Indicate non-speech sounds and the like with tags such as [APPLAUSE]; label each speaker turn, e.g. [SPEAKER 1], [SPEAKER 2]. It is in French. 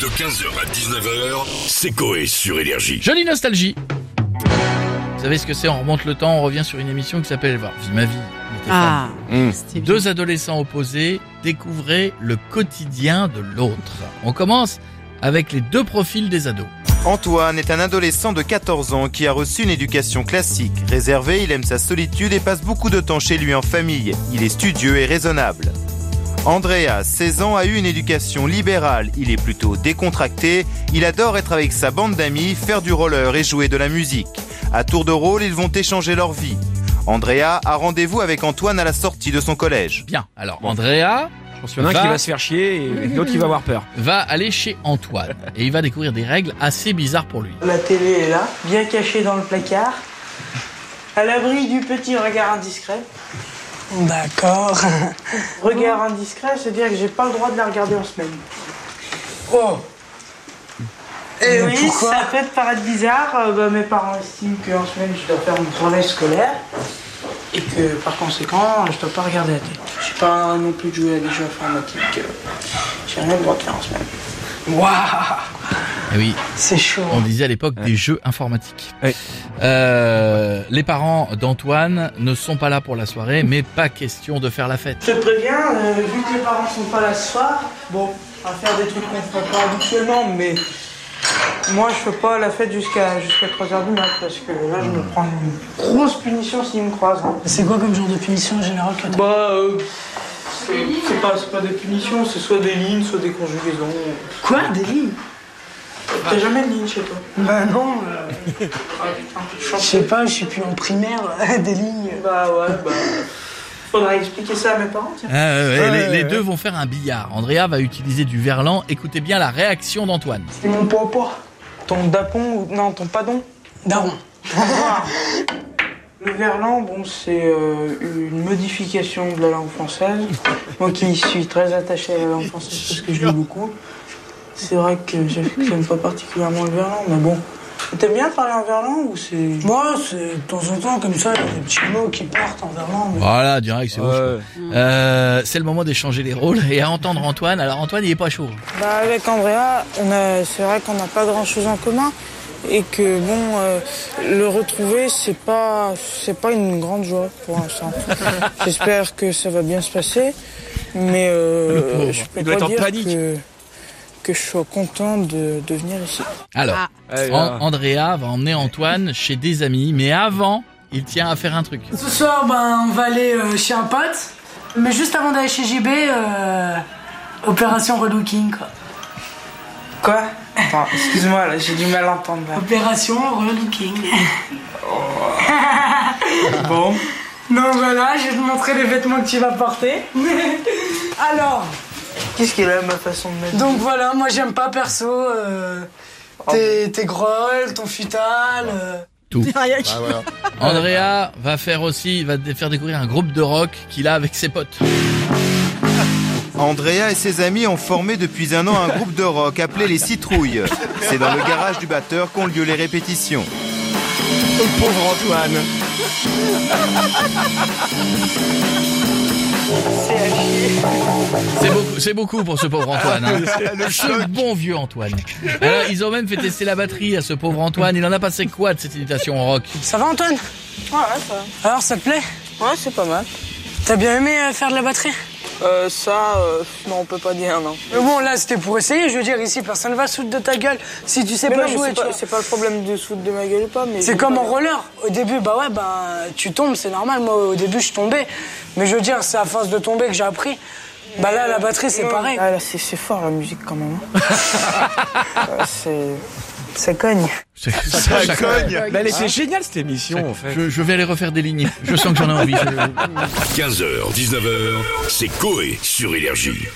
[SPEAKER 1] De 15h à 19h, c'est Coé sur Énergie.
[SPEAKER 2] Jolie nostalgie Vous savez ce que c'est On remonte le temps, on revient sur une émission qui s'appelle Voir ma vie. mais t'es femme.
[SPEAKER 3] Ah,
[SPEAKER 4] Mmh.
[SPEAKER 3] c'était bien.
[SPEAKER 2] Deux adolescents opposés découvraient le quotidien de l'autre. On commence avec les deux profils des ados.
[SPEAKER 4] Antoine est un adolescent de 14 ans qui a reçu une éducation classique. Réservé, il aime sa solitude et passe beaucoup de temps chez lui en famille. Il est studieux et raisonnable. Andrea, 16 ans, a eu une éducation libérale. Il est plutôt décontracté. Il adore être avec sa bande d'amis, faire du roller et jouer de la musique. À tour de rôle, ils vont échanger leur vie. Andrea a rendez-vous avec Antoine à la sortie de son collège.
[SPEAKER 2] Bien, alors Andrea
[SPEAKER 5] Je pense qu'il y en a un qui
[SPEAKER 2] Va.
[SPEAKER 5] va se faire chier et l'autre qui va avoir peur.
[SPEAKER 2] va aller chez Antoine et il va découvrir des règles assez bizarres pour lui.
[SPEAKER 6] La télé est là, bien cachée dans le placard, à l'abri du petit regard indiscret.
[SPEAKER 7] D'accord.
[SPEAKER 6] [LAUGHS] Regard indiscret, c'est dire que j'ai pas le droit de la regarder en semaine.
[SPEAKER 7] Oh,
[SPEAKER 6] Et
[SPEAKER 7] Mais
[SPEAKER 6] Eh oui,
[SPEAKER 7] pourquoi
[SPEAKER 6] ça peut te paraître bizarre. euh, bah, mes parents estiment qu'en semaine, je dois faire mon travail scolaire et que par conséquent, je dois pas regarder la télé. Je suis pas non plus de jouer à des jeux informatiques. euh, J'ai rien le droit de faire en semaine.
[SPEAKER 7] waouh,
[SPEAKER 2] Et Eh oui,
[SPEAKER 7] c'est chaud.
[SPEAKER 2] on disait à l'époque des jeux informatiques.
[SPEAKER 5] Ouais.
[SPEAKER 2] Euh, les parents d'Antoine ne sont pas là pour la soirée, mais pas question de faire la fête.
[SPEAKER 6] Je te préviens, euh, vu que les parents sont pas là ce soir, bon, à faire des trucs qu'on ne ferait pas habituellement, mais moi je fais pas la fête jusqu'à jusqu'à 3h du mat parce que là je me prends une grosse punition s'ils me croisent. hein.
[SPEAKER 7] C'est quoi comme genre de punition en général que t'as
[SPEAKER 6] Bah, euh, c'est c'est pas, c'est pas des punitions, c'est soit des lignes, soit des conjugaisons.
[SPEAKER 7] Quoi, des lignes
[SPEAKER 6] T'as jamais de ligne chez toi
[SPEAKER 7] Bah non, euh,
[SPEAKER 6] Je
[SPEAKER 7] je sais pas, je suis plus en primaire, [LAUGHS] des lignes.
[SPEAKER 6] Bah ouais, bah. Faudra expliquer ça à mes parents, tiens.
[SPEAKER 2] Ah, ouais, ouais,
[SPEAKER 7] Ouais,
[SPEAKER 2] les,
[SPEAKER 7] ouais,
[SPEAKER 2] les
[SPEAKER 7] ouais.
[SPEAKER 2] deux vont faire un billard. Andrea va utiliser du verlan. Écoutez bien la réaction d'Antoine.
[SPEAKER 6] C'est mon papa. Ton dapon ou. Non, ton padon.
[SPEAKER 7] Daron.
[SPEAKER 6] Le verlan, bon, c'est euh, une modification de la langue française. Moi qui suis très attaché à la langue française parce que je lis beaucoup, c'est vrai que j'affectionne pas particulièrement le verlan, mais bon. T'aimes bien parler en verlan ou c'est.
[SPEAKER 7] Moi, c'est de temps en temps comme ça, il y a des petits mots qui partent en verlan. mais-
[SPEAKER 2] Voilà, direct, c'est bon.
[SPEAKER 5] Euh,
[SPEAKER 2] Euh, c'est le moment d'échanger les rôles et à entendre Antoine. Alors Antoine, il est pas chaud.
[SPEAKER 6] Bah, avec Andrea, on a- c'est vrai qu'on n'a pas grand chose en commun. Et que bon, euh, le retrouver, c'est pas, c'est pas une grande joie
[SPEAKER 5] [LAUGHS]
[SPEAKER 6] pour l'instant. J'espère que ça va bien se passer, mais euh,
[SPEAKER 2] Le pauvre.
[SPEAKER 6] je peux
[SPEAKER 5] Il doit
[SPEAKER 6] pas
[SPEAKER 5] être en
[SPEAKER 6] dire
[SPEAKER 5] panique.
[SPEAKER 6] que, que je sois content de, de venir ici.
[SPEAKER 2] Alors,
[SPEAKER 3] Ah.
[SPEAKER 5] ouais,
[SPEAKER 2] An-
[SPEAKER 5] euh,
[SPEAKER 2] Andrea va emmener Antoine chez des amis, mais avant, il tient à faire un truc.
[SPEAKER 7] Ce soir, ben, on va aller euh, chez un pote. Mais juste avant d'aller chez JB, euh, opération relooking, quoi.
[SPEAKER 6] Quoi Attends, excuse-moi, là, j'ai du mal à entendre.
[SPEAKER 7] Opération relooking. [LAUGHS]
[SPEAKER 6] Bon.
[SPEAKER 7] Donc voilà, je vais te montrer les vêtements que tu vas porter. [LAUGHS] Alors,
[SPEAKER 6] Qu'est-ce qu'il a ma façon de mettre
[SPEAKER 7] donc voilà, moi j'aime pas perso euh, tes, tes grolles, ton futal. euh.
[SPEAKER 2] Andrea va faire aussi, va dé- faire découvrir un groupe de rock qu'il a avec ses potes.
[SPEAKER 4] Andrea et ses amis ont formé depuis un an un groupe de rock appelé les Citrouilles. C'est dans le garage du batteur qu'ont lieu les répétitions.
[SPEAKER 5] pauvre Antoine.
[SPEAKER 2] C'est beaucoup, c'est beaucoup pour ce pauvre Antoine.
[SPEAKER 7] [LAUGHS]
[SPEAKER 2] hein. Ce bon vieux Antoine. Alors, ils ont même fait tester la batterie à ce pauvre Antoine. Il en a passé quoi de cette imitation rock
[SPEAKER 7] Ça va Antoine
[SPEAKER 6] Ouais, ça.
[SPEAKER 7] Alors ça te plaît
[SPEAKER 6] Ouais, c'est pas mal.
[SPEAKER 7] T'as bien aimé euh, faire de la batterie
[SPEAKER 6] Euh, ça, euh, non, on peut pas dire non.
[SPEAKER 7] Mais Euh, bon là c'était pour essayer, je veux dire ici personne va foutre de ta gueule si tu sais
[SPEAKER 6] Mais
[SPEAKER 7] pas
[SPEAKER 6] non, mais
[SPEAKER 7] jouer.
[SPEAKER 6] c'est
[SPEAKER 7] tu
[SPEAKER 6] pas,
[SPEAKER 7] vois.
[SPEAKER 6] c'est pas le problème de soudre de ma gueule ou pas, mais.
[SPEAKER 7] C'est comme en roller. Au début, bah ouais, bah tu tombes, c'est normal. Moi, au début, je tombais. Mais je veux dire, c'est à force de tomber que j'ai appris. Bah là, la batterie, c'est
[SPEAKER 6] Non.
[SPEAKER 7] pareil.
[SPEAKER 6] Ah, là, c'est c'est fort la musique quand même. hein. Ouais, c'est. Ça cogne.
[SPEAKER 2] C'est- ça- ça-
[SPEAKER 5] Bah, elle était géniale cette émission en fait.
[SPEAKER 2] je, je vais aller refaire des lignes. Je sens que j'en ai envie.
[SPEAKER 1] 15h, 19h, c'est Coé sur Énergie.